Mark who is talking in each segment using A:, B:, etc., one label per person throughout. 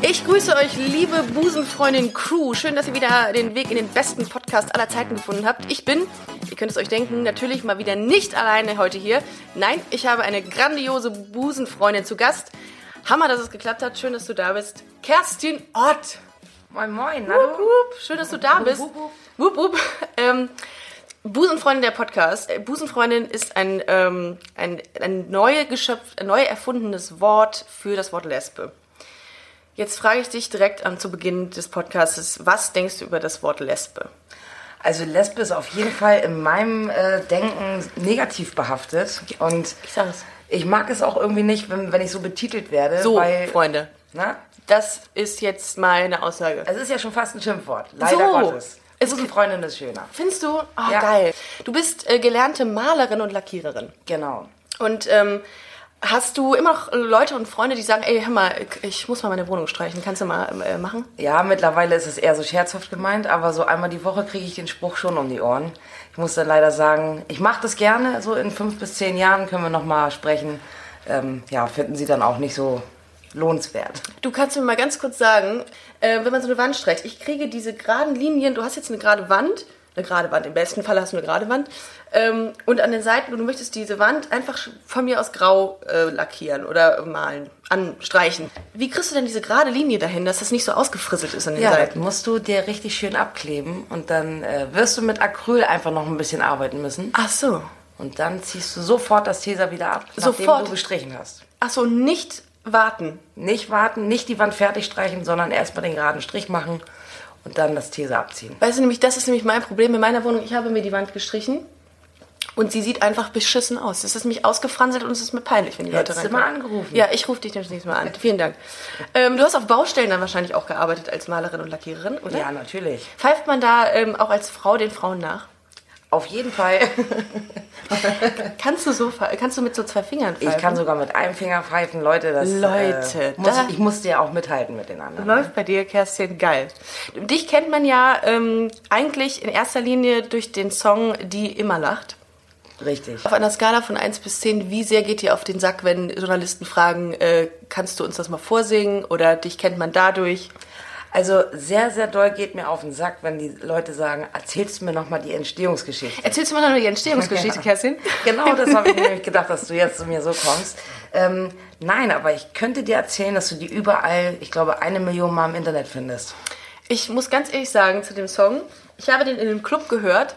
A: Ich grüße euch, liebe Busenfreundin Crew. Schön, dass ihr wieder den Weg in den besten Podcast aller Zeiten gefunden habt. Ich bin, ihr könnt es euch denken, natürlich mal wieder nicht alleine heute hier. Nein, ich habe eine grandiose Busenfreundin zu Gast. Hammer, dass es geklappt hat. Schön, dass du da bist. Kerstin Ott.
B: Moin Moin,
A: Wup,
B: hallo.
A: wup. Schön, dass du da bist.
B: wup, wup.
A: Wup, wup. Ähm, Busenfreundin der Podcast. Äh, Busenfreundin ist ein, ähm, ein, ein neu geschöpft, ein neu erfundenes Wort für das Wort Lesbe. Jetzt frage ich dich direkt an zu Beginn des Podcasts, was denkst du über das Wort Lesbe?
B: Also Lesbe ist auf jeden Fall in meinem äh, Denken negativ behaftet und
A: Ich sag es.
B: ich mag es auch irgendwie nicht, wenn, wenn ich so betitelt werde.
A: So,
B: weil,
A: Freunde,
B: Na,
A: das ist jetzt mal eine Aussage.
B: es ist ja schon fast ein Schimpfwort. Leider
A: So.
B: Gottes.
A: Es-
B: Busenfreundin ist schöner.
A: Findest du? Ah,
B: Ja.
A: geil. Du bist äh, gelernte Malerin und Lackiererin.
B: Genau.
A: Und ähm, hast du immer noch Leute und Freunde, die sagen, ey, hör mal, ich muss mal meine Wohnung streichen, kannst du mal äh, machen?
B: Ja, mittlerweile ist es eher so scherzhaft gemeint, aber so einmal die Woche kriege ich den Spruch schon um die Ohren. Ich muss dann leider sagen, ich mache das gerne. So in fünf bis zehn Jahren können wir nochmal sprechen. Ähm, ja, finden Sie dann auch nicht so lohnenswert.
A: Du kannst mir mal ganz kurz sagen, äh, wenn man so eine Wand streicht, ich kriege diese geraden Linien, du hast jetzt eine gerade Wand, eine gerade Wand, im besten Fall hast du eine gerade Wand, ähm, und an den Seiten, du möchtest diese Wand einfach sch- von mir aus grau äh, lackieren oder malen, anstreichen. Wie kriegst du denn diese gerade Linie dahin, dass das nicht so ausgefrisselt ist an den
B: Ja, das
A: Seiten?
B: musst du dir richtig schön abkleben und dann äh, wirst du mit Acryl einfach noch ein bisschen arbeiten müssen.
A: Ach so.
B: Und dann ziehst du sofort das Tesa wieder ab, nachdem
A: Sofort?
B: du gestrichen hast.
A: Ach so, nicht warten.
B: Nicht warten, nicht die Wand fertig streichen, sondern erstmal den geraden Strich machen und dann das Tesa abziehen.
A: Weißt du nämlich, das ist nämlich mein Problem in meiner Wohnung. Ich habe mir die Wand gestrichen und sie sieht einfach beschissen aus. Es ist mich ausgefranselt und es ist mir peinlich, wenn die Leute
B: Hättest du
A: reinkommen.
B: mal angerufen.
A: Ja, ich rufe dich das nächste Mal an. Vielen Dank. Ähm, du hast auf Baustellen dann wahrscheinlich auch gearbeitet als Malerin und Lackiererin, oder?
B: Ja, natürlich.
A: Pfeift man da ähm, auch als Frau den Frauen nach?
B: Auf jeden Fall.
A: Kannst du so, pfe- kannst du mit so zwei Fingern pfeifen?
B: Ich kann sogar mit einem Finger pfeifen, Leute. Das,
A: Leute,
B: äh, muss,
A: da-
B: ich musste ja auch mithalten mit den anderen.
A: Läuft bei dir, Kerstin, geil. Dich kennt man ja ähm, eigentlich in erster Linie durch den Song Die immer lacht.
B: Richtig.
A: Auf einer Skala von 1 bis 10, wie sehr geht dir auf den Sack, wenn Journalisten fragen, äh, kannst du uns das mal vorsingen oder dich kennt man dadurch?
B: Also sehr, sehr doll geht mir auf den Sack, wenn die Leute sagen, erzählst du mir nochmal die Entstehungsgeschichte.
A: Erzählst du mir noch mal die Entstehungsgeschichte, Kerstin?
B: Genau, das habe ich nämlich gedacht, dass du jetzt zu mir so kommst. Ähm, nein, aber ich könnte dir erzählen, dass du die überall, ich glaube, eine Million Mal im Internet findest.
A: Ich muss ganz ehrlich sagen zu dem Song, ich habe den in einem Club gehört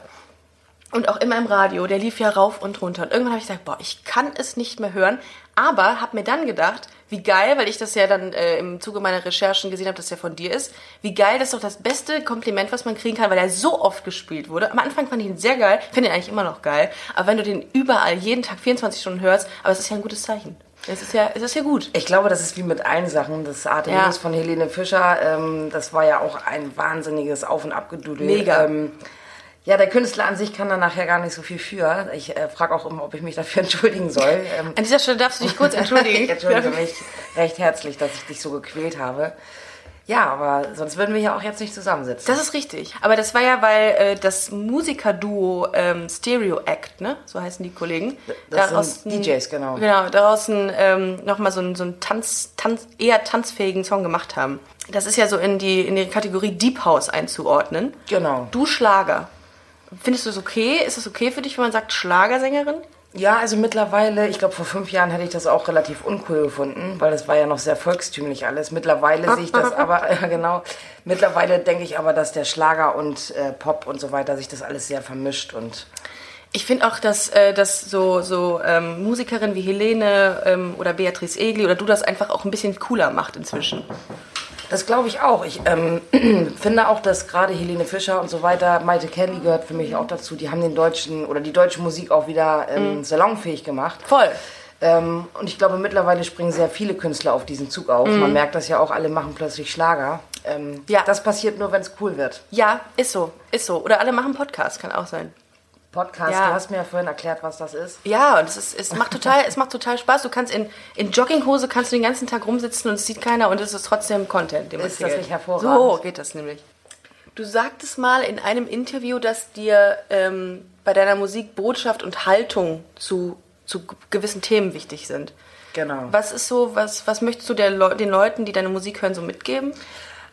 A: und auch immer im Radio, der lief ja rauf und runter. Und irgendwann habe ich gesagt, boah, ich kann es nicht mehr hören, aber habe mir dann gedacht, wie geil, weil ich das ja dann äh, im Zuge meiner Recherchen gesehen habe, dass der von dir ist, wie geil, das ist doch das beste Kompliment, was man kriegen kann, weil er so oft gespielt wurde. Am Anfang fand ich ihn sehr geil, finde ihn eigentlich immer noch geil, aber wenn du den überall, jeden Tag, 24 Stunden hörst, aber es ist ja ein gutes Zeichen. Es ist ja, es ist ja gut.
B: Ich glaube, das ist wie mit allen Sachen. Das Atemlos
A: Ja.
B: von Helene Fischer, ähm, das war ja auch ein wahnsinniges Auf- und Abgedudel.
A: Mega.
B: Ähm, ja, der Künstler an sich kann da nachher gar nicht so viel für. Ich äh, frage auch immer, ob ich mich dafür entschuldigen soll. Ähm,
A: An dieser Stelle darfst du dich kurz entschuldigen.
B: ich entschuldige mich recht herzlich, dass ich dich so gequält habe. Ja, aber sonst würden wir ja auch jetzt nicht zusammensitzen.
A: Das ist richtig. Aber das war ja, weil äh, das Musikerduo ähm, Stereo Act, ne? so heißen die Kollegen.
B: Das sind DJs, genau.
A: Genau, daraus ein, ähm, nochmal so einen, so einen Tanz, Tanz, eher tanzfähigen Song gemacht haben. Das ist ja so in die, in die Kategorie Deep House einzuordnen.
B: Genau.
A: Du Schlager. Findest du es okay? Ist es okay für dich, wenn man sagt Schlagersängerin?
B: Ja, also mittlerweile, ich glaube vor fünf Jahren hätte ich das auch relativ uncool gefunden, weil das war ja noch sehr volkstümlich alles. Mittlerweile sehe ich das aber, ja genau, mittlerweile denke ich aber, dass der Schlager und äh, Pop und so weiter sich das alles sehr vermischt und
A: Ich finde auch, dass, äh, dass so, so ähm, Musikerinnen wie Helene ähm, oder Beatrice Egli oder du das einfach auch ein bisschen cooler macht inzwischen.
B: das glaube ich auch. Ich ähm, finde auch, dass gerade Helene Fischer und so weiter, Maite Kelly gehört für mich auch dazu, die haben den deutschen oder die deutsche Musik auch wieder ähm, salonfähig gemacht.
A: Voll.
B: Ähm, und ich glaube, mittlerweile springen sehr viele Künstler auf diesen Zug auf. Man merkt das ja auch, alle machen plötzlich Schlager. Ähm,
A: Mhm. Ja.
B: Das passiert nur, wenn es cool wird.
A: Ja, ist so, ist so. Oder alle machen Podcast, kann auch sein.
B: Podcast,
A: Ja.
B: du hast mir ja vorhin erklärt, was das ist.
A: Ja, und es, ist, es macht total, es macht total Spaß. Du kannst in, in Jogginghose kannst du den ganzen Tag rumsitzen und es sieht keiner und es ist trotzdem Content. Den man
B: Ist das
A: zählt.
B: nicht hervorragend?
A: So geht das nämlich. Du sagtest mal in einem Interview, dass dir ähm, bei deiner Musik Botschaft und Haltung zu, zu gewissen Themen wichtig sind.
B: Genau.
A: Was ist so, was, was möchtest du der Leu den Leuten, die deine Musik hören, so mitgeben?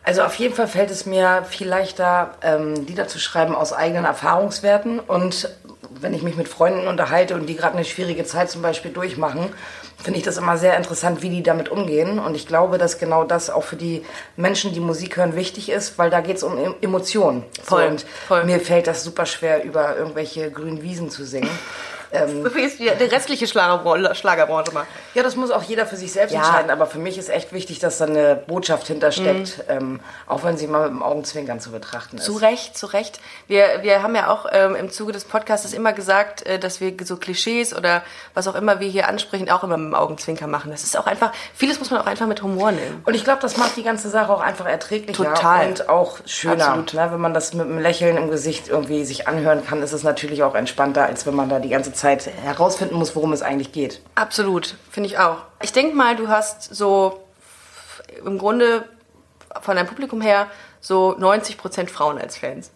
B: Also auf jeden Fall fällt es mir viel leichter, ähm, Lieder zu schreiben aus eigenen Erfahrungswerten. Und wenn ich mich mit Freunden unterhalte und die gerade eine schwierige Zeit zum Beispiel durchmachen, finde ich das immer sehr interessant, wie die damit umgehen. Und ich glaube, dass genau das auch für die Menschen, die Musik hören, wichtig ist, weil da geht es um Em- Emotionen.
A: Voll,
B: und
A: voll.
B: mir fällt das super schwer, über irgendwelche grünen Wiesen zu singen. ähm,
A: Übrigens, die, die restliche Schlagerbranche, Schlagerbranche mal.
B: ja, das muss auch jeder für sich selbst entscheiden. Aber für mich ist echt wichtig, dass da eine Botschaft hintersteckt, ähm, auch wenn sie mal mit dem Augenzwinkern zu betrachten ist.
A: Zu Recht, zu Recht. Wir, wir haben ja auch ähm, im Zuge des Podcasts immer gesagt, äh, dass wir so Klischees oder was auch immer wir hier ansprechen, auch immer mit dem Augenzwinker machen. Das ist auch einfach, vieles muss man auch einfach mit Humor nehmen.
B: Und ich glaube, das macht die ganze Sache auch einfach erträglicher
A: Total.
B: und auch schöner.
A: Absolut.
B: Ne? Wenn man das mit einem Lächeln im Gesicht irgendwie sich anhören kann, ist es natürlich auch entspannter, als wenn man da die ganze Zeit herausfinden muss, worum es eigentlich geht.
A: Absolut, finde ich auch. Ich denke mal, du hast so f- im Grunde von deinem Publikum her so 90% Frauen als Fans.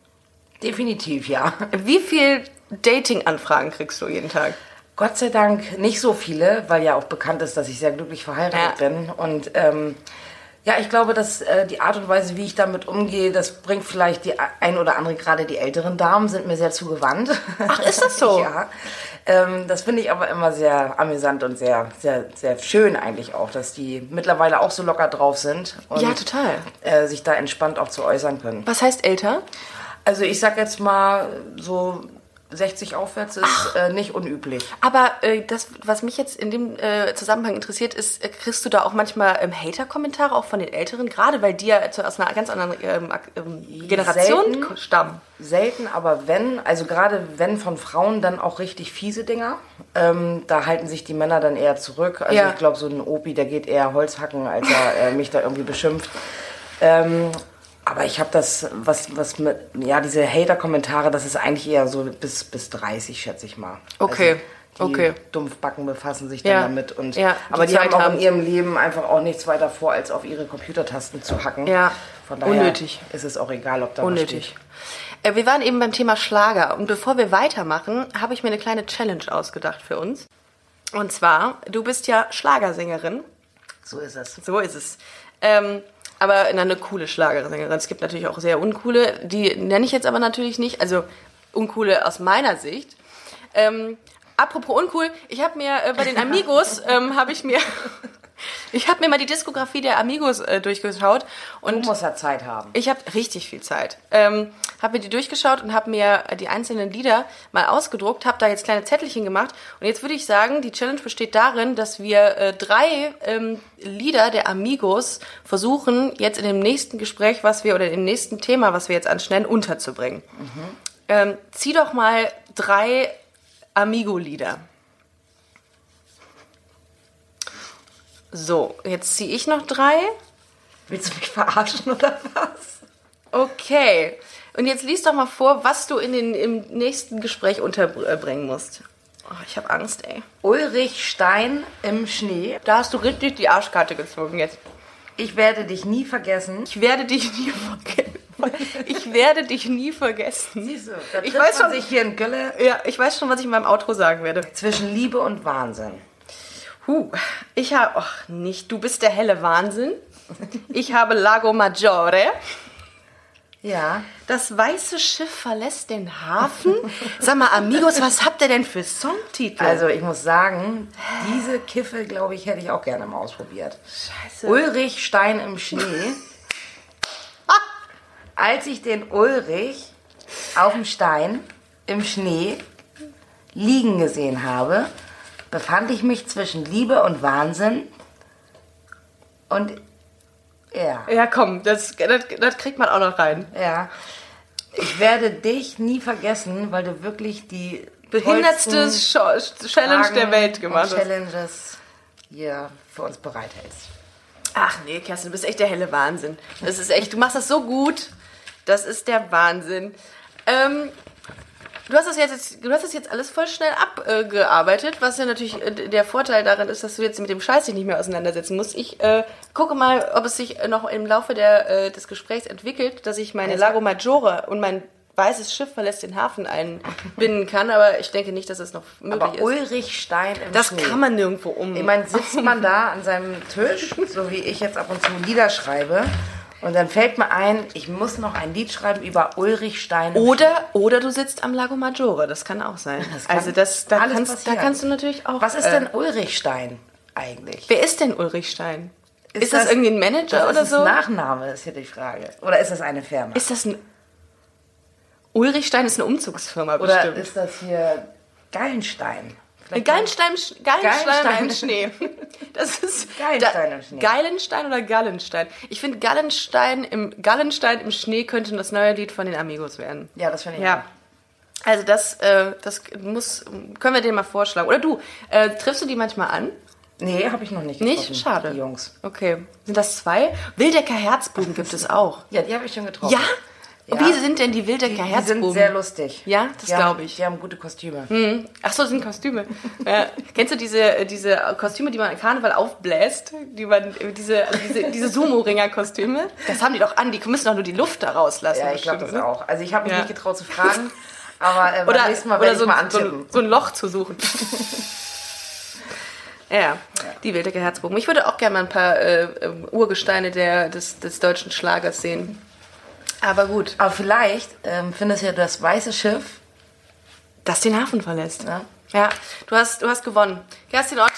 B: Definitiv, ja.
A: Wie viel Dating-Anfragen kriegst du jeden Tag?
B: Gott sei Dank nicht so viele, weil ja auch bekannt ist, dass ich sehr glücklich verheiratet
A: Ja.
B: bin. Und ähm, ja, ich glaube, dass äh, die Art und Weise, wie ich damit umgehe, das bringt vielleicht die ein oder andere, gerade die älteren Damen, sind mir sehr zugewandt.
A: Ach, ist das so?
B: ja. Ähm, das finde ich aber immer sehr amüsant und sehr, sehr, sehr schön eigentlich auch, dass die mittlerweile auch so locker drauf sind und
A: Ja, total.
B: äh, sich da entspannt auch zu äußern können.
A: Was heißt älter?
B: Also ich sag jetzt mal so 60 aufwärts ist äh, nicht unüblich.
A: Aber äh, das, was mich jetzt in dem äh, Zusammenhang interessiert, ist, äh, kriegst du da auch manchmal ähm, Hater-Kommentare auch von den Älteren, gerade weil die ja zu, aus einer ganz anderen ähm, Ak- ähm, Generation
B: Selten.
A: ko- stammen.
B: Selten, aber wenn, also gerade wenn von Frauen dann auch richtig fiese Dinger, ähm, da halten sich die Männer dann eher zurück. Also
A: Ja.
B: ich glaube, so ein Opi, der geht eher Holz hacken, als er äh, mich da irgendwie beschimpft. Ähm, aber ich habe das, was, was mit, ja, diese Hater-Kommentare, das ist eigentlich eher so bis, bis 30, schätze ich mal. Also
A: Okay,
B: die
A: okay.
B: Dumpfbacken befassen sich dann
A: Ja,
B: damit. Und,
A: ja,
B: aber
A: die
B: die,
A: Zeit
B: haben auch
A: haben
B: in ihrem Leben einfach auch nichts weiter vor, als auf ihre Computertasten zu hacken.
A: Ja,
B: Von daher
A: unnötig.
B: ist es auch egal, ob da was steht.
A: Unnötig. Äh, wir waren eben beim Thema Schlager und bevor wir weitermachen, habe ich mir eine kleine Challenge ausgedacht für uns. Und zwar, du bist ja Schlagersängerin.
B: So ist es.
A: So ist es. Ähm, aber na, eine coole Schlagersängerin. Es gibt natürlich auch sehr uncoole. Die nenne ich jetzt aber natürlich nicht. Also uncoole aus meiner Sicht. Ähm, apropos uncool, ich habe mir äh, bei den Amigos ähm, habe ich mir ich habe mir mal die Diskografie der Amigos äh, durchgeschaut
B: Du
A: und
B: musst ja Zeit haben.
A: ich habe richtig viel Zeit. Ähm, habe mir die durchgeschaut und habe mir die einzelnen Lieder mal ausgedruckt, habe da jetzt kleine Zettelchen gemacht. Und jetzt würde ich sagen, die Challenge besteht darin, dass wir äh, drei ähm, Lieder der Amigos versuchen, jetzt in dem nächsten Gespräch, was wir oder im nächsten Thema, was wir jetzt anschneiden, unterzubringen. Ähm, zieh doch mal drei Amigo-Lieder. So, jetzt ziehe ich noch drei.
B: Willst du mich verarschen oder was?
A: Okay. Und jetzt lies doch mal vor, was du in den, im nächsten Gespräch unterbringen musst. Oh, ich habe Angst, ey.
B: Ulrich Stein im Schnee.
A: Da hast du richtig die Arschkarte gezogen jetzt.
B: Ich werde dich nie vergessen.
A: Ich werde dich nie vergessen. Ich werde dich nie vergessen.
B: Siehst du, da
A: Ich
B: ich
A: weiß
B: weiß man
A: schon-
B: sich hier in Gölle
A: Ja, ich weiß schon, was ich in meinem Outro sagen werde.
B: zwischen Liebe und Wahnsinn.
A: Huh, ich habe... Ach, nicht. Du bist der helle Wahnsinn. Ich habe Lago Maggiore.
B: Ja.
A: Das weiße Schiff verlässt den Hafen. Sag mal, Amigos, was habt ihr denn für Songtitel?
B: Also ich muss sagen, diese Kiffe, glaube ich, hätte ich auch gerne mal ausprobiert.
A: Scheiße.
B: Ulrich Stein im Schnee. Als ich den Ulrich auf dem Stein im Schnee liegen gesehen habe, befand ich mich zwischen Liebe und Wahnsinn. Und ja,
A: Ja, komm, das, das, das kriegt man auch noch rein.
B: ja. Ich werde dich nie vergessen, weil du wirklich die
A: behindertste
B: tollsten
A: Scho- Challenge der
B: Fragen
A: Welt
B: und
A: gemacht hast.
B: Challenges hier für uns bereithältst.
A: Ach nee, Kerstin, du bist echt der helle Wahnsinn. Das ist echt, du machst das so gut. Das ist der Wahnsinn. Ähm, du, hast das jetzt, du hast das jetzt alles voll schnell abgearbeitet, was ja natürlich äh, der Vorteil darin ist, dass du jetzt mit dem Scheiß dich nicht mehr auseinandersetzen musst. Ich äh, gucke mal, ob es sich noch im Laufe der, äh, des Gesprächs entwickelt, dass ich meine Lago Maggiore und mein weißes Schiff verlässt den Hafen einbinden kann, aber ich denke nicht, dass es noch möglich
B: Aber
A: ist.
B: Ulrich Stein im
A: das
B: Schnee.
A: kann man nirgendwo um.
B: Ich meine, sitzt man da an seinem Tisch, so wie ich jetzt ab und zu Lieder schreibe, und dann fällt mir ein, ich muss noch ein Lied schreiben über Ulrich Stein. im
A: Oder, oder du sitzt am Lago Maggiore, das kann auch sein.
B: kann
A: also das, da,
B: alles
A: kannst, da
B: passieren.
A: kannst du natürlich auch.
B: Was ist
A: äh,
B: denn Ulrich Stein eigentlich?
A: Wer ist denn Ulrich Stein? Ist,
B: Ist
A: das,
B: das-
A: irgendwie ein Manager
B: Was
A: oder
B: ist
A: so?
B: ein Nachname, ist hier die Frage. Oder ist das eine Firma?
A: Ist das ein. Ulrich Stein ist eine Umzugsfirma
B: Oder
A: bestimmt.
B: ist das hier Gallenstein?
A: Ein Gallenstein, Gallenstein
B: Gallenstein.
A: im Schnee. Das ist
B: Gallenstein im Schnee.
A: Gallenstein oder Gallenstein? Ich finde Gallenstein im Gallenstein im Schnee könnte das neue Lied von den Amigos werden.
B: Ja, das finde ich
A: Ja. Also das, äh, das muss, können wir denen mal vorschlagen. Oder du, äh, triffst du die manchmal an?
B: Nee, habe ich noch nicht getroffen.
A: Nicht? Schade.
B: Die Jungs.
A: Okay. Sind das zwei? Wildecker Herzbuben gibt es auch.
B: Ja, die habe ich schon getroffen.
A: Ja?
B: Ja.
A: Wie sind denn die Wildecker
B: Die
A: Herzbuben?
B: sind sehr lustig.
A: Ja, das
B: Die haben-
A: glaube ich. Hm,
B: Die haben gute Kostüme.
A: Ach so, das sind Kostüme. ja. Kennst du diese, diese Kostüme, die man im Karneval aufbläst? Die man, diese also diese, diese Sumo-Ringer-Kostüme? Das haben die doch an. Die müssen doch nur die Luft da rauslassen.
B: Ja, ich glaube das
A: bestimmt, ne?
B: auch. Also ich habe mich
A: Ja.
B: nicht getraut zu fragen, aber äh, beim
A: Oder,
B: nächsten Mal
A: oder
B: werde
A: so,
B: ich mal
A: so,
B: antippen.
A: ein- so ein Loch zu suchen. ja, die Wildecker Herzbogen. Ich würde auch gerne mal ein paar äh, ähm, Urgesteine der, des, des deutschen Schlagers sehen. Aber gut,
B: aber vielleicht ähm, findest du ja das weiße Schiff. ne?
A: dass den Hafen verlässt.
B: Ja.
A: Ja, du hast, du hast gewonnen. Kerstin Ott,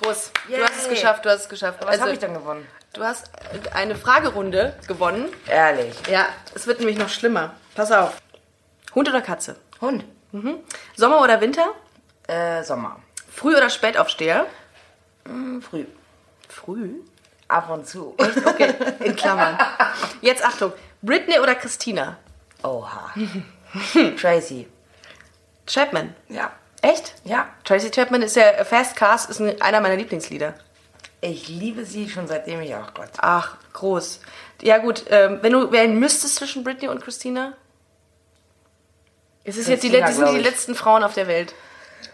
A: groß. Du
B: Yay.
A: hast es geschafft, du hast es geschafft. Also,
B: Was habe ich denn gewonnen?
A: Du hast äh, eine Fragerunde gewonnen.
B: Ehrlich.
A: Ja, es wird nämlich noch schlimmer. Pass auf. Hund oder Katze?
B: Hund.
A: Sommer oder Winter?
B: Äh, Sommer.
A: Früh oder Spätaufsteher?
B: Hm, Früh.
A: Früh?
B: Ab und zu.
A: Okay, in Klammern. Jetzt Achtung. Britney oder Christina?
B: Oha. Tracy.
A: Chapman.
B: Ja.
A: Echt?
B: Ja.
A: Tracy Chapman ist ja äh, Fast Cars, ist ein- einer meiner Lieblingslieder.
B: Ich liebe sie schon seitdem ich auch Gott.
A: Ach, groß. Ja gut, ähm, wenn du wählen müsstest zwischen Britney und Christina? Es ist jetzt die, le-
B: Christina,
A: die, sind die
B: glaub ich.
A: letzten Frauen auf der Welt.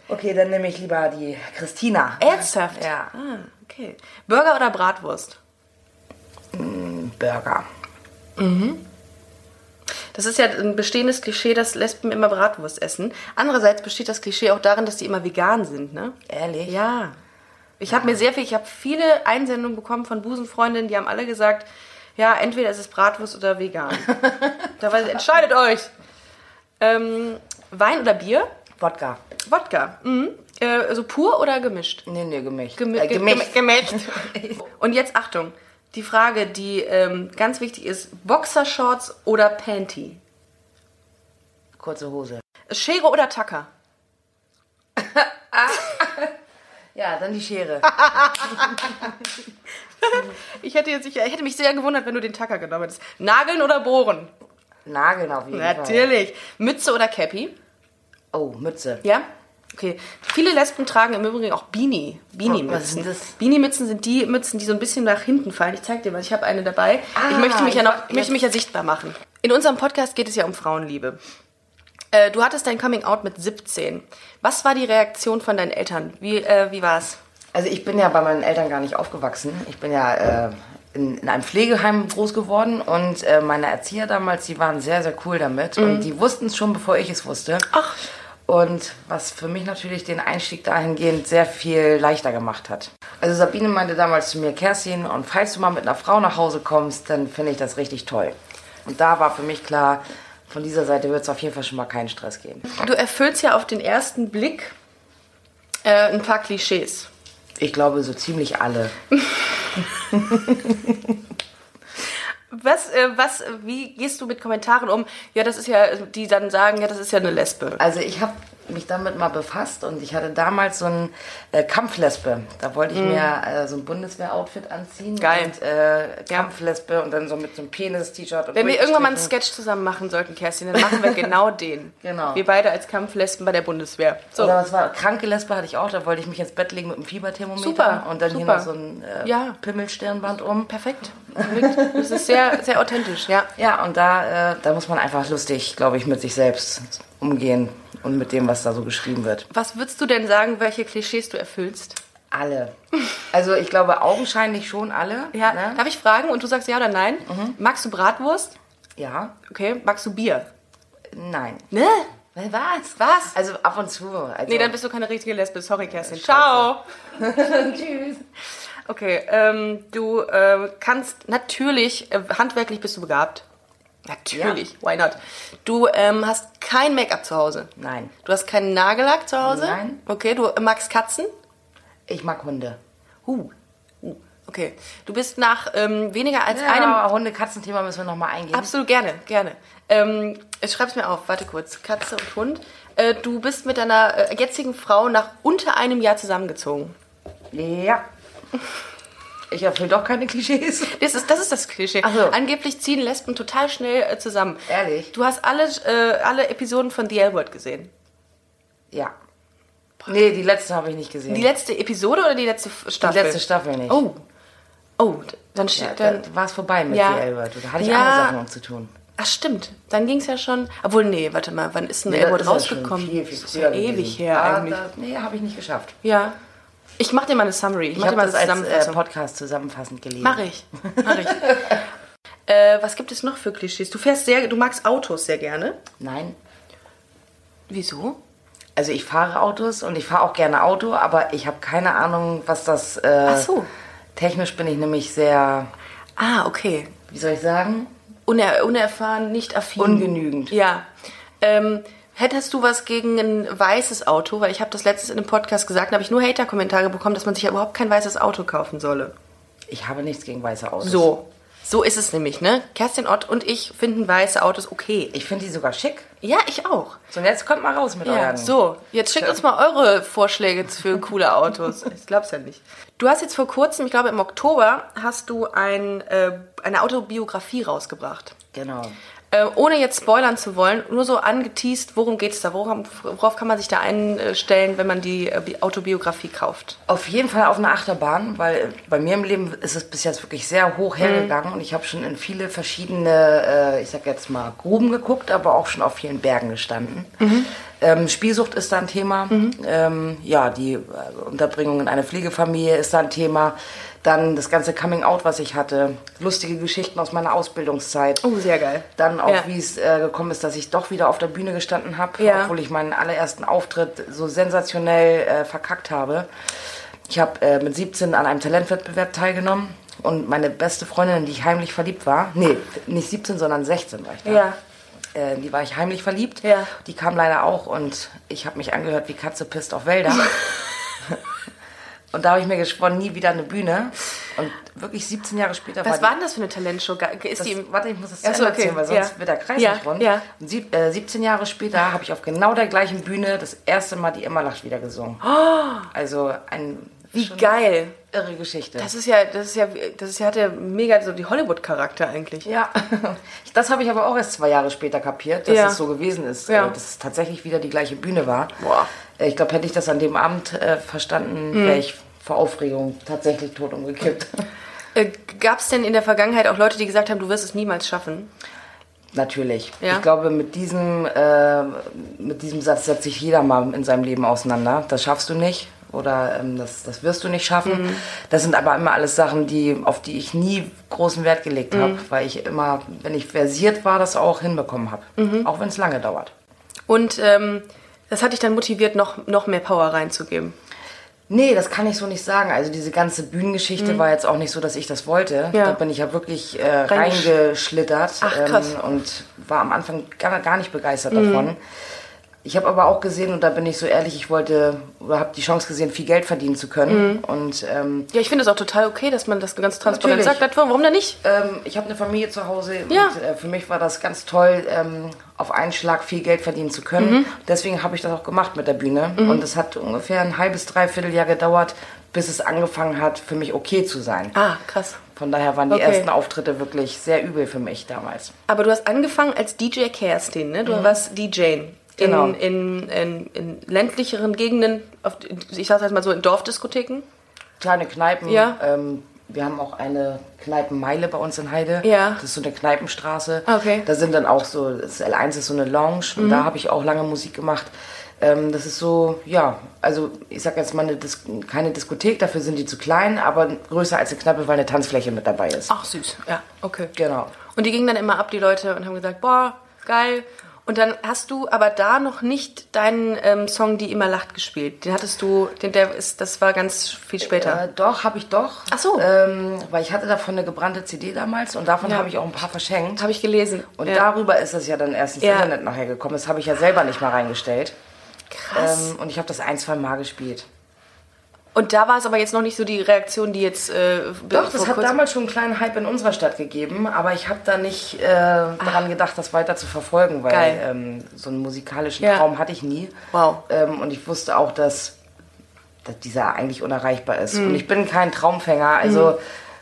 B: Okay, dann nehme ich lieber die Christina.
A: Äh? Ernsthaft?
B: Ja.
A: Ah, okay. Burger oder Bratwurst?
B: Burger.
A: Das ist ja ein bestehendes Klischee, dass Lesben immer Bratwurst essen. Andererseits besteht das Klischee auch darin, dass die immer vegan sind, ne?
B: Ehrlich?
A: Ja. Ich habe mir sehr viel, ich habe viele Einsendungen bekommen von Busenfreundinnen, die haben alle gesagt, ja, entweder ist es Bratwurst oder vegan. Dabei entscheidet euch. Ähm, Wein oder Bier?
B: Wodka.
A: Wodka. Mhm. Äh, also pur oder gemischt?
B: Nee, nee, gemischt.
A: Gemi-
B: äh,
A: ge-
B: gemischt.
A: gemischt. Und jetzt Achtung, die Frage, die ähm, ganz wichtig ist, Boxershorts oder Panty?
B: Kurze Hose.
A: Schere oder Tacker?
B: Ja, dann die Schere.
A: Ich hätte, jetzt, ich, ich hätte mich sehr gewundert, wenn du den Tacker genommen hättest. Nageln oder bohren?
B: Nageln auf jeden Fall.
A: Natürlich. Mütze oder Cappy?
B: Oh, Mütze.
A: Ja? Okay. Viele Lesben tragen im Übrigen auch Beanie.
B: Oh, was ist
A: Beanie-Mützen.
B: denn das?
A: Beanie-Mützen sind die Mützen, die so ein bisschen nach hinten fallen. Ich zeig dir mal, ich habe eine dabei. ich möchte mich ja
B: Ah, ich
A: noch,
B: hab-
A: ich möchte mich ja sichtbar machen. In unserem Podcast geht es ja um Frauenliebe. Äh, du hattest dein Coming Out mit 17. Was war die Reaktion von deinen Eltern? Wie, äh, wie war's?
B: Also ich bin ja bei meinen Eltern gar nicht aufgewachsen. Ich bin ja äh, in, in einem Pflegeheim groß geworden und äh, meine Erzieher damals, die waren sehr, sehr cool damit. Und die wussten es schon, bevor ich es wusste.
A: Mhm. Ach.
B: Und was für mich natürlich den Einstieg dahingehend sehr viel leichter gemacht hat. Also Sabine meinte damals zu mir, Kerstin, und falls du mal mit einer Frau nach Hause kommst, dann finde ich das richtig toll. Und da war für mich klar, von dieser Seite wird es auf jeden Fall schon mal keinen Stress geben.
A: Du erfüllst ja auf den ersten Blick äh, ein paar Klischees.
B: Ich glaube, so ziemlich alle.
A: Was, äh, was, wie gehst du mit Kommentaren um? Ja, das ist ja, die dann sagen, ja, das ist ja eine Lesbe.
B: Also ich habe mich damit mal befasst und ich hatte damals so ein äh, Kampflesbe. Da wollte ich mir äh, so ein Bundeswehr-Outfit anziehen.
A: Mhm. Geil.
B: Und, äh, Kampflesbe und dann so mit so einem Penis-T-Shirt. und
A: Wenn wir irgendwann mal einen
B: durchgestrichen.
A: Sketch zusammen machen sollten, Kerstin, dann machen wir genau den.
B: Genau.
A: Wir beide als Kampflesben bei der Bundeswehr. So.
B: Oder was war, kranke Lesbe hatte ich auch, da wollte ich mich ins Bett legen mit einem Fieberthermometer
A: Super,
B: und dann
A: super.
B: hier noch so ein äh,
A: Ja.
B: Pimmelstirnband um.
A: Perfekt. Perfekt. Das ist sehr, sehr authentisch, ja.
B: Ja, und da, äh, da muss man einfach lustig, glaube ich, mit sich selbst umgehen und mit dem, was da so geschrieben wird.
A: Was würdest du denn sagen, welche Klischees du erfüllst?
B: Alle. Also ich glaube augenscheinlich schon alle.
A: Ja.
B: Ne? Mhm.
A: Darf ich fragen und du sagst ja oder nein? Magst du Bratwurst?
B: Ja.
A: Okay. Magst du Bier?
B: Nein.
A: Ne?
B: Was?
A: Was?
B: Also ab und zu. Also,
A: Nee, dann bist du keine richtige Lesbe. Sorry, Kerstin. Ciao.
B: Tschüss.
A: Okay, ähm, du ähm, kannst natürlich, äh, handwerklich bist du begabt. Natürlich, why not? Du ähm, hast kein Make-up zu Hause.
B: Nein.
A: Du hast keinen Nagellack zu Hause?
B: Nein.
A: Okay, du magst Katzen?
B: Ich mag Hunde.
A: Uh. uh. Okay. Du bist nach ähm, weniger als
B: Ja,
A: einem.
B: aber Hunde-Katzen-Thema müssen wir nochmal eingehen.
A: Absolut gerne, gerne. Ähm, ich schreib's mir auf, warte kurz. Katze und Hund. Äh, du bist mit deiner äh, jetzigen Frau nach unter einem Jahr zusammengezogen.
B: ja. Ich erfülle doch keine Klischees.
A: Das ist das, ist das Klischee.
B: Ach so.
A: Angeblich ziehen Lesben total schnell äh, zusammen.
B: Ehrlich?
A: Du hast alle, äh, alle Episoden von The L-Word gesehen.
B: Ja. Nee, die letzte habe ich nicht gesehen.
A: Die letzte Episode oder die letzte F-
B: Die
A: Staffel?
B: letzte Staffel nicht.
A: Oh. Oh, d- dann steht
B: ja,
A: dann.
B: dann war es vorbei mit
A: Ja.
B: ja. Albert. Da hatte ich
A: Ja.
B: andere Sachen um zu tun.
A: Ach stimmt, dann ging's ja schon. Obwohl, nee, warte mal, wann ist denn
B: Nee,
A: The
B: das
A: L-Word
B: ist ja
A: rausgekommen?
B: schon viel, viel
A: das ist ja
B: früher gewesen.
A: ewig her
B: Ah,
A: eigentlich.
B: Da, nee, habe ich nicht geschafft.
A: Ja. Ich mach dir mal eine Summary. Ich
B: Ich
A: mach dir
B: habe
A: mal eine
B: das als äh,
A: Zusammenfassung.
B: Podcast zusammenfassend gelesen.
A: mach ich. Mach ich. äh, was gibt es noch für Klischees? Du fährst sehr, du magst Autos sehr gerne.
B: Nein.
A: Wieso?
B: Also ich fahre Autos und ich fahre auch gerne Auto, aber ich habe keine Ahnung, was das... Äh,
A: Ach so.
B: Technisch bin ich nämlich sehr,
A: Ah, okay.
B: wie soll ich sagen?
A: Uner unerfahren, nicht affin.
B: Ungenügend.
A: Ja. Ähm, hättest du was gegen ein weißes Auto? Weil ich habe das letztens in einem Podcast gesagt, da habe ich nur Hater-Kommentare bekommen, dass man sich ja überhaupt kein weißes Auto kaufen solle.
B: Ich habe nichts gegen weiße Autos.
A: So. So ist es nämlich, ne? Kerstin Ott und ich finden weiße Autos okay.
B: Ich finde die sogar schick.
A: Ja, ich auch.
B: So, und jetzt kommt mal raus mit
A: Ja,
B: euren.
A: so, jetzt schickt uns mal eure Vorschläge für coole Autos. Ich glaub's ja nicht. Du hast jetzt vor kurzem, ich glaube im Oktober, hast du ein, äh, eine Autobiografie rausgebracht.
B: Genau.
A: Äh, ohne jetzt spoilern zu wollen, nur so angeteased, worum geht's da? Worum, worauf kann man sich da einstellen, wenn man die äh, Bi- Autobiografie kauft?
B: Auf jeden Fall auf einer Achterbahn, weil äh, bei mir im Leben ist es bis jetzt wirklich sehr hoch
A: Mhm.
B: hergegangen und ich habe schon in viele verschiedene, äh, ich sag jetzt mal, Gruben geguckt, aber auch schon auf vielen Bergen gestanden.
A: Mhm.
B: Ähm, Spielsucht ist da ein Thema. Ähm, ja, die äh, Unterbringung in einer Pflegefamilie ist da ein Thema. Dann das ganze Coming Out, was ich hatte. Lustige Geschichten aus meiner Ausbildungszeit.
A: Oh, sehr geil.
B: Dann auch,
A: Ja.
B: wie es äh, gekommen ist, dass ich doch wieder auf der Bühne gestanden habe,
A: Ja.
B: obwohl ich meinen allerersten Auftritt so sensationell äh, verkackt habe. Ich habe äh, mit 17 an einem Talentwettbewerb teilgenommen und meine beste Freundin, in die ich heimlich verliebt war, nee, nicht 17, sondern 16 war ich da.
A: Ja.
B: Äh, in die war ich heimlich verliebt.
A: Ja.
B: Die kam leider auch und ich habe mich angehört wie Katze pisst auf Wälder. und da habe ich mir geschworen, nie wieder eine Bühne. Und wirklich 17 Jahre später
A: Was war
B: war
A: denn das für eine Talentshow? Ge- Ist
B: das,
A: die im-
B: warte, ich muss das zu
A: Ach so,
B: Ende
A: okay.
B: erzählen, weil sonst
A: Ja.
B: wird der Kreis
A: Ja,
B: nicht rund.
A: ja.
B: Und Sieb, äh, 17 Jahre später habe ich auf genau der gleichen Bühne das erste Mal die Immerlach wieder gesungen. Also ein
A: Oh! wie geil.
B: irre Geschichte.
A: Das ist ja, das ist ja, das ist ja, hat ja mega so die Hollywood-Charakter eigentlich.
B: ja, das habe ich aber auch erst zwei Jahre später kapiert, dass
A: Ja.
B: es so gewesen ist,
A: Ja.
B: äh, dass es tatsächlich wieder die gleiche Bühne war.
A: Boah. Hm.
B: Äh, Ich glaube, hätte ich das an dem Abend äh, verstanden, wäre ich vor Aufregung tatsächlich tot umgekippt.
A: Äh, Gab es denn in der Vergangenheit auch Leute, die gesagt haben, du wirst es niemals schaffen?
B: Natürlich.
A: Ja.
B: Ich glaube, mit diesem, äh, mit diesem Satz setzt sich jeder mal in seinem Leben auseinander. Das schaffst du nicht oder ähm, das, das wirst du nicht schaffen. Das sind aber immer alles Sachen, die, auf die ich nie großen Wert gelegt habe, weil ich immer, wenn ich versiert war, das auch hinbekommen habe. Auch wenn es lange dauert.
A: Und ähm, das hat dich dann motiviert, noch, noch mehr Power reinzugeben.
B: Nee, das kann ich so nicht sagen. Also diese ganze Bühnengeschichte war jetzt auch nicht so, dass ich das wollte.
A: Mhm. Ja.
B: Da bin ich ja wirklich äh,
A: Reingesch-
B: reingeschlittert ähm,
A: Ach, krass. Mhm.
B: und war am Anfang gar, gar nicht begeistert davon. Ich habe aber auch gesehen, und da bin ich so ehrlich, ich wollte oder habe die Chance gesehen, viel Geld verdienen zu können.
A: Mhm.
B: Und ähm,
A: Ja, ich finde es auch total okay, dass man das ganz transparent
B: Natürlich.
A: sagt. Warum denn nicht?
B: ähm, ich habe eine ne Familie zu Hause
A: Ja.
B: und äh, für mich war das ganz toll, ähm, auf einen Schlag viel Geld verdienen zu
A: Mhm.
B: können. Deswegen habe ich das auch gemacht mit der Bühne. Und es hat ungefähr ein halbes, dreiviertel Jahr gedauert, bis es angefangen hat, für mich okay zu sein.
A: Ah, krass.
B: Von daher waren die
A: Okay.
B: ersten Auftritte wirklich sehr übel für mich damals.
A: Aber du hast angefangen als DJ Kerstin, ne? Du warst DJ. In,
B: Mhm. Genau.
A: in, in, in ländlicheren Gegenden, auf, ich sag's jetzt mal so, in Dorfdiskotheken.
B: kleine Kneipen.
A: Ja.
B: Ähm, wir haben auch eine Kneipenmeile bei uns in Heide.
A: Ja.
B: Das ist so eine Kneipenstraße.
A: Okay. Mhm.
B: Da sind dann auch so, das L1 ist so eine Lounge und da habe ich auch lange Musik gemacht. Ähm, das ist so, ja, also ich sag jetzt mal eine Dis keine Diskothek, dafür sind die zu klein, aber größer als eine Kneipe, weil eine Tanzfläche mit dabei ist.
A: Ach, süß. Ja, okay.
B: Genau.
A: Und die gingen dann immer ab, die Leute, und haben gesagt, boah, geil. Und dann hast du aber da noch nicht deinen ähm, Song Die immer lacht gespielt. Den hattest du, den, der ist, das war ganz viel später.
B: Äh, doch, habe ich doch.
A: Ach so.
B: Ähm, weil ich hatte davon eine gebrannte CD damals und davon
A: Ja.
B: habe ich auch ein paar verschenkt.
A: Habe ich gelesen.
B: Und
A: ja.
B: darüber ist es ja dann erst ins
A: Ja.
B: Internet nachher gekommen. Das habe ich ja selber nicht mal reingestellt.
A: Krass.
B: Ähm, und ich habe das ein, zwei Mal gespielt.
A: und da war es aber jetzt noch nicht so die Reaktion, die jetzt äh,
B: Doch, das hat damals schon einen kleinen Hype in unserer Stadt gegeben, aber ich habe da nicht äh, daran gedacht, das weiter zu verfolgen, weil
A: Geil.
B: ähm, so einen musikalischen
A: Ja.
B: Traum hatte ich nie.
A: Wow.
B: Ähm, und ich wusste auch, dass, dass dieser eigentlich unerreichbar ist. Und ich bin kein Traumfänger, also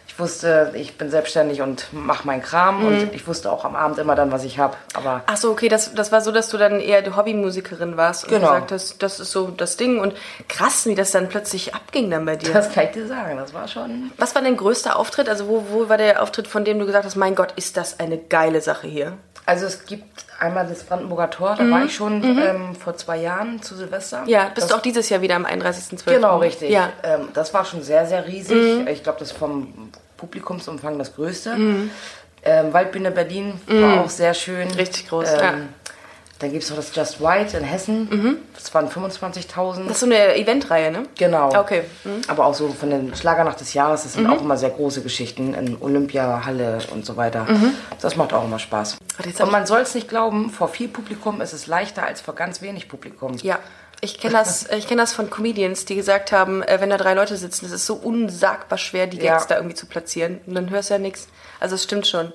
B: ich wusste, ich bin selbstständig und mache meinen Kram und ich wusste auch am Abend immer dann, was ich habe. Aber
A: Ach so, okay, das, das war so, dass du dann eher die Hobbymusikerin warst und
B: Genau.
A: gesagt hast, das ist so das Ding. Und krass, wie das dann plötzlich abging dann bei dir.
B: das kann ich dir sagen, das war schon...
A: Was war dein größter Auftritt? Also wo, wo war der Auftritt, von dem du gesagt hast, mein Gott, ist das eine geile Sache hier?
B: Also es gibt einmal das Brandenburger Tor, da war ich schon ähm, vor zwei Jahren zu Silvester.
A: Mhm. Ja, bist
B: das
A: du auch dieses Jahr wieder am 31.12.
B: Genau, richtig.
A: Ja. Mhm.
B: Ähm, das war schon sehr, sehr riesig. Ich glaube, das ist vom Publikumsumfang das Größte.
A: Mhm.
B: Ähm, Waldbühne Berlin war auch sehr schön.
A: Richtig groß,
B: Ähm,
A: ja. Mhm.
B: Dann gibt es noch das Just White in Hessen. Das waren 25.000.
A: Das ist so eine Eventreihe, ne?
B: Genau.
A: Okay. Mhm.
B: Aber auch so von den Schlagernacht des Jahres, das sind auch immer sehr große Geschichten in Olympia, Halle und so weiter. Das macht auch immer Spaß.
A: Warte, jetzt Mhm. Oh, hab
B: Und man soll es nicht glauben, vor viel Publikum ist es leichter als vor ganz wenig Publikum.
A: Ja. Ich kenne das, ich kenn das von Comedians, die gesagt haben, äh, wenn da drei Leute sitzen, es ist so unsagbar schwer, die Gags
B: Ja.
A: da irgendwie zu platzieren. Und dann hörst du ja nichts. Also es stimmt schon.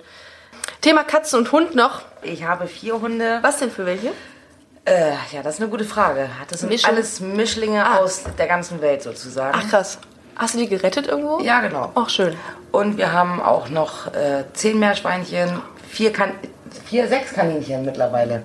A: Thema Katzen und Hund noch.
B: Ich habe vier Hunde.
A: Was denn für welche?
B: Äh, ja, das ist eine gute Frage. Das sind
A: Mischung?
B: alles Mischlinge
A: Ah.
B: aus der ganzen Welt sozusagen.
A: Ach Oh. krass. Hast du die gerettet irgendwo?
B: Ja, genau.
A: Auch schön.
B: Und wir haben auch noch äh, zehn Meerschweinchen, vier, kan vier, sechs Kaninchen mittlerweile.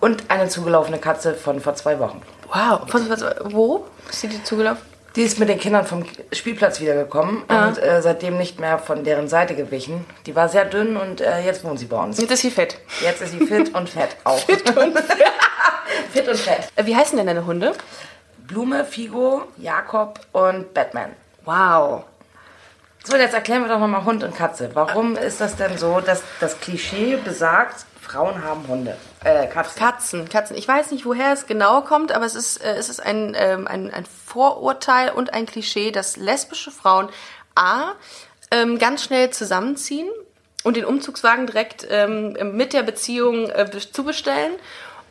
B: Und eine zugelaufene Katze von vor zwei Wochen.
A: Wow. Was, was, wo ist die dir zugelaufen?
B: Die ist mit den Kindern vom Spielplatz wiedergekommen
A: Ah.
B: und äh, seitdem nicht mehr von deren Seite gewichen. Die war sehr dünn und äh, jetzt wohnt sie bei uns.
A: Jetzt ist sie fett.
B: Jetzt ist sie fit und fett auch. Fit und fett. fit und fett.
A: Äh, Wie heißen denn deine Hunde?
B: Blume, Figo, Jakob und Batman.
A: Wow.
B: So, jetzt erklären wir doch nochmal Hund und Katze. Warum ist das denn so, dass das Klischee besagt, Frauen haben Hunde? Äh, Katzen.
A: Katzen, Katzen. Ich weiß nicht, woher es genau kommt, aber es ist, äh, es ist ein, ähm, ein, ein Vorurteil und ein Klischee, dass lesbische Frauen A, ähm, ganz schnell zusammenziehen und den Umzugswagen direkt ähm, mit der Beziehung äh, be- zubestellen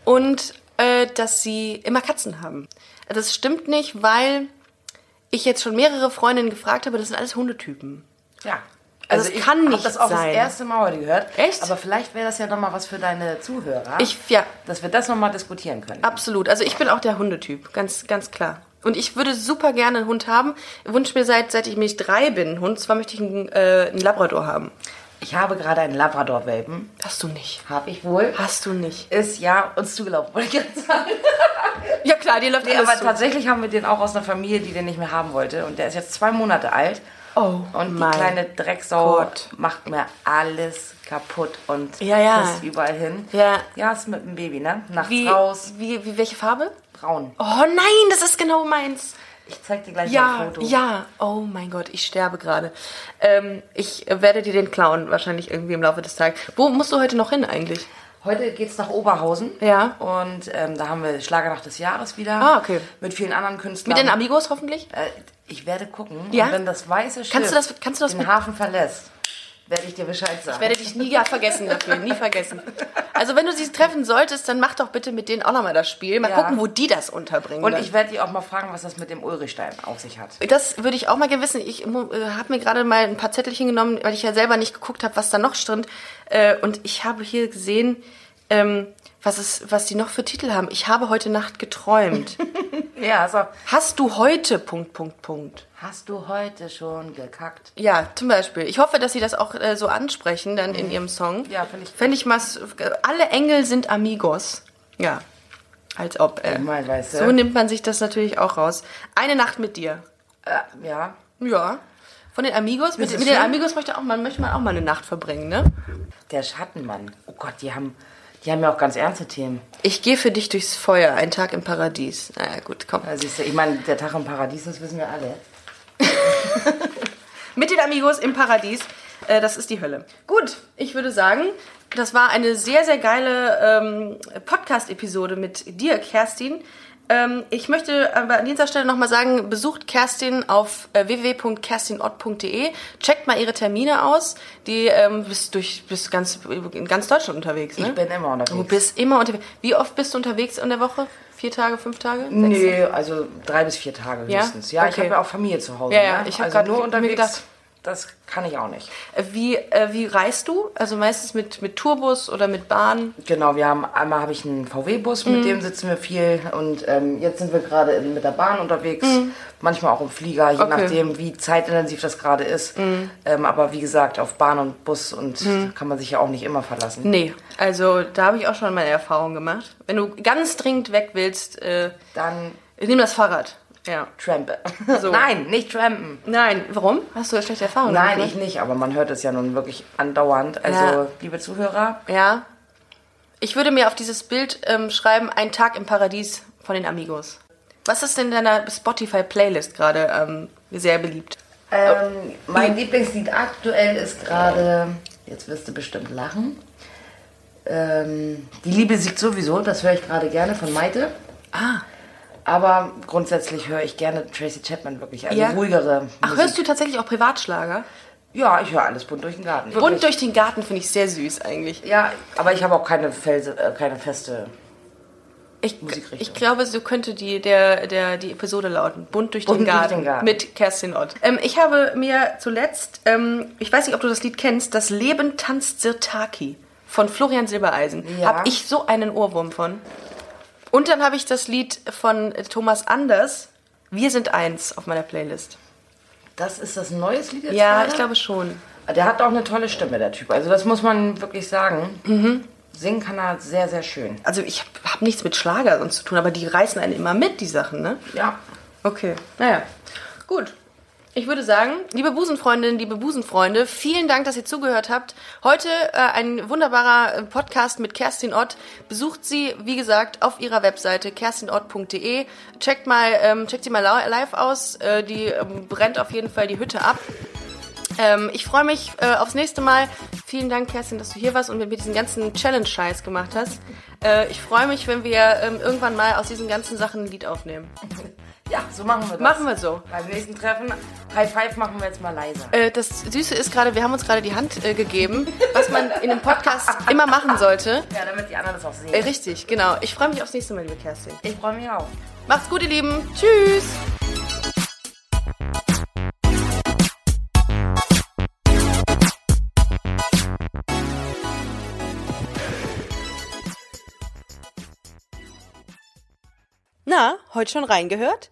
A: und äh, dass sie immer Katzen haben. Das stimmt nicht, weil ich jetzt schon mehrere Freundinnen gefragt habe, das sind alles Hundetypen.
B: ja.
A: Also es kann
B: hab
A: nicht
B: das auch
A: sein.
B: das erste Mal heute gehört.
A: Echt?
B: Aber vielleicht wäre das ja nochmal was für deine Zuhörer.
A: Ich, ja,
B: dass wir das nochmal diskutieren können.
A: Absolut. Also ich bin auch der Hundetyp, ganz, ganz klar. Und ich würde super gerne einen Hund haben. Wunsch mir seit, seit ich mich drei bin einen Hund. Zwar möchte ich einen, äh, einen Labrador haben.
B: Ich habe gerade einen Labrador-Welpen.
A: Hast du nicht.
B: Habe ich wohl.
A: Hast du nicht.
B: Ist ja uns zugelaufen, wollte ich gerade sagen.
A: Ja klar, dir läuft
B: Nee,
A: alles
B: aber
A: zu.
B: tatsächlich haben wir den auch aus einer Familie, die den nicht mehr haben wollte. Und der ist jetzt zwei Monate alt.
A: Oh
B: Und die
A: mein
B: kleine Drecksau
A: Gott.
B: macht mir alles kaputt und
A: Ja, ja.
B: pisst überall hin.
A: Ja.
B: Ja, ist mit dem Baby, ne? Nachts
A: Wie,
B: raus,
A: wie, wie, welche Farbe?
B: braun.
A: Oh nein, das ist genau meins.
B: Ich zeig dir gleich mal ein
A: Ja,
B: Foto.
A: ja. Oh mein Gott, ich sterbe gerade. Ähm, ich werde dir den klauen, wahrscheinlich irgendwie im Laufe des Tages. Wo musst du heute noch hin eigentlich?
B: Heute geht's nach Oberhausen.
A: Ja.
B: Und ähm, da haben wir Schlagernacht des Jahres wieder.
A: Ah, okay.
B: Mit vielen anderen Künstlern.
A: Mit den Amigos hoffentlich?
B: Äh, ich werde gucken.
A: Ja?
B: Und wenn das weiße Schiff
A: Kannst du das- kannst du das
B: den
A: mit-
B: Hafen verlässt, werde ich dir Bescheid sagen.
A: Ich werde dich nie gar vergessen dafür, nie vergessen. Also wenn du sie treffen solltest, dann mach doch bitte mit denen auch nochmal das Spiel. Mal
B: Ja.
A: gucken, wo die das unterbringen.
B: und
A: dann.
B: ich werde dich auch mal fragen, was das mit dem Ulrichstein auf sich hat.
A: das würde ich auch mal gewissen. Ich äh, habe mir gerade mal ein paar Zettelchen genommen, weil ich ja selber nicht geguckt habe, was da noch stand. Äh, Und ich habe hier gesehen, ähm, was, es, was die noch für Titel haben. Ich habe heute Nacht geträumt.
B: Ja, so.
A: Hast du heute Punkt, Punkt, Punkt.
B: Hast du heute schon gekackt?
A: Ja, zum Beispiel. Ich hoffe, dass sie das auch äh, so ansprechen dann in ihrem Song.
B: Mhm. Ja, finde ich-
A: Fände ich mal, s- alle Engel sind Amigos. Ja, als ob. Äh,
B: Ich mein, weißt du.
A: so nimmt man sich das natürlich auch raus. Eine Nacht mit dir.
B: Äh, ja.
A: Ja. Von den Amigos. Mit,
B: Das ist
A: mit den
B: schön.
A: Amigos möchte, auch, man, möchte man auch mal eine Nacht verbringen, ne?
B: Der Schattenmann. Oh Gott, die haben, die haben ja auch ganz ernste Themen.
A: Ich gehe für dich durchs Feuer, ein Tag im Paradies. Na ja, gut, komm.
B: Also siehst du, ich meine, der Tag im Paradies, das wissen wir alle.
A: Mit den Amigos im Paradies. Äh, das ist die Hölle. Gut, ich würde sagen, das war eine sehr, sehr geile ähm, Podcast-Episode mit dir, Kerstin. Ähm, ich möchte aber an dieser Stelle nochmal sagen, besucht Kerstin auf äh, www.kerstinott.de, checkt mal ihre Termine aus. Die ähm, bist durch bist ganz in ganz Deutschland unterwegs, ne?
B: Ich bin immer unterwegs.
A: Du bist immer unterwegs. Wie oft bist du unterwegs in der Woche? Vier Tage, fünf Tage? Sechs?
B: Nee, also drei bis vier Tage
A: Ja?
B: höchstens. Ja, ich
A: Okay.
B: habe ja auch Familie zu Hause.
A: Ja, ja,
B: ne?
A: ich hab
B: also
A: grad
B: nur
A: mir
B: unterwegs.
A: gedacht-
B: Das kann ich auch nicht.
A: Äh, Wie, äh, wie reist du? Also meistens mit, mit Tourbus oder mit Bahn?
B: Genau, wir haben einmal habe ich einen VW-Bus,
A: Mhm.
B: mit dem sitzen wir viel und ähm, jetzt sind wir gerade in- mit der Bahn unterwegs, manchmal auch im Flieger, je
A: Mhm. Okay. Mhm.
B: nachdem, wie zeitintensiv das gerade ist. Ähm, aber wie gesagt, auf Bahn und Bus und kann man sich ja auch nicht immer verlassen.
A: Nee, also da habe ich auch schon meine Erfahrung gemacht. Wenn du ganz dringend weg willst, äh,
B: Dann
A: nimm das Fahrrad. Ja.
B: trampe.
A: So.
B: Nein, nicht trampen.
A: Nein, warum? Hast du da schlechte Erfahrungen
B: Nein,
A: gemacht?
B: ich nicht, aber man hört es ja nun wirklich andauernd. Also,
A: Ja.
B: liebe Zuhörer,
A: ne? Ja. Ich würde mir auf dieses Bild ähm, schreiben, ein Tag im Paradies von den Amigos. Was ist denn in deiner Spotify-Playlist gerade ähm, sehr beliebt?
B: ähm, mein Lieblingslied aktuell ist gerade, jetzt wirst du bestimmt lachen, ähm, Die Liebe siegt sowieso, das höre ich gerade gerne von Maite.
A: Ah.
B: Aber grundsätzlich höre ich gerne Tracy Chapman wirklich, also
A: Ja?
B: ruhigere
A: Ach,
B: Musik.
A: hörst du tatsächlich auch Privatschlager?
B: Ja, ich höre alles bunt durch den Garten.
A: Bunt durch den Garten finde ich sehr süß eigentlich.
B: Ja, aber ich habe auch keine, Felse, äh, keine feste.
A: Ich,
B: Musikrichtung.
A: ich glaube, so könnte die, der, der, die Episode lauten. Bunt durch,
B: Bunt
A: den,
B: durch
A: Garten
B: den Garten.
A: mit Kerstin Ott. Ähm, ich habe mir zuletzt, ähm, ich weiß nicht, ob du das Lied kennst, Das Leben tanzt Sirtaki von Florian Silbereisen.
B: Ja.
A: Hab ich so einen Ohrwurm von. Und dann habe ich das Lied von äh, Thomas Anders, Wir sind eins, auf meiner Playlist.
B: Das ist das neues Lied jetzt
A: Ja,
B: gerade?
A: ich glaube schon.
B: Ah, Der hat auch eine tolle Stimme, der Typ. Also das muss man wirklich sagen. Singen kann er sehr, sehr schön.
A: Also ich habe hab nichts mit Schlager sonst zu tun, aber die reißen einen immer mit, die Sachen, ne?
B: Ja.
A: Okay, naja, gut. Ich würde sagen, liebe Busenfreundinnen, liebe Busenfreunde, vielen Dank, dass ihr zugehört habt. Heute äh, ein wunderbarer äh, Podcast mit Kerstin Ott. Besucht sie, wie gesagt, auf ihrer Webseite kerstinott.de. Checkt mal, ähm, checkt sie mal lau- live aus. Äh, die ähm, brennt auf jeden Fall die Hütte ab. Ähm, ich freue mich äh, aufs nächste Mal. Vielen Dank, Kerstin, dass du hier warst und mit mir diesen ganzen Challenge-Scheiß gemacht hast. Äh, ich freue mich, wenn wir ähm, irgendwann mal aus diesen ganzen Sachen ein Lied aufnehmen.
B: Ja, so machen wir das.
A: Machen wir so.
B: Beim nächsten Treffen, High Five machen wir jetzt mal leiser.
A: Äh, das Süße ist gerade, wir haben uns gerade die Hand äh, gegeben, was man in einem Podcast immer machen sollte.
B: Ja, damit die anderen das auch sehen.
A: Äh, richtig, genau. Ich freue mich aufs nächste Mal, liebe Kerstin.
B: ich freue mich auch.
A: Macht's gut, ihr Lieben. Tschüss. Na, heute schon reingehört?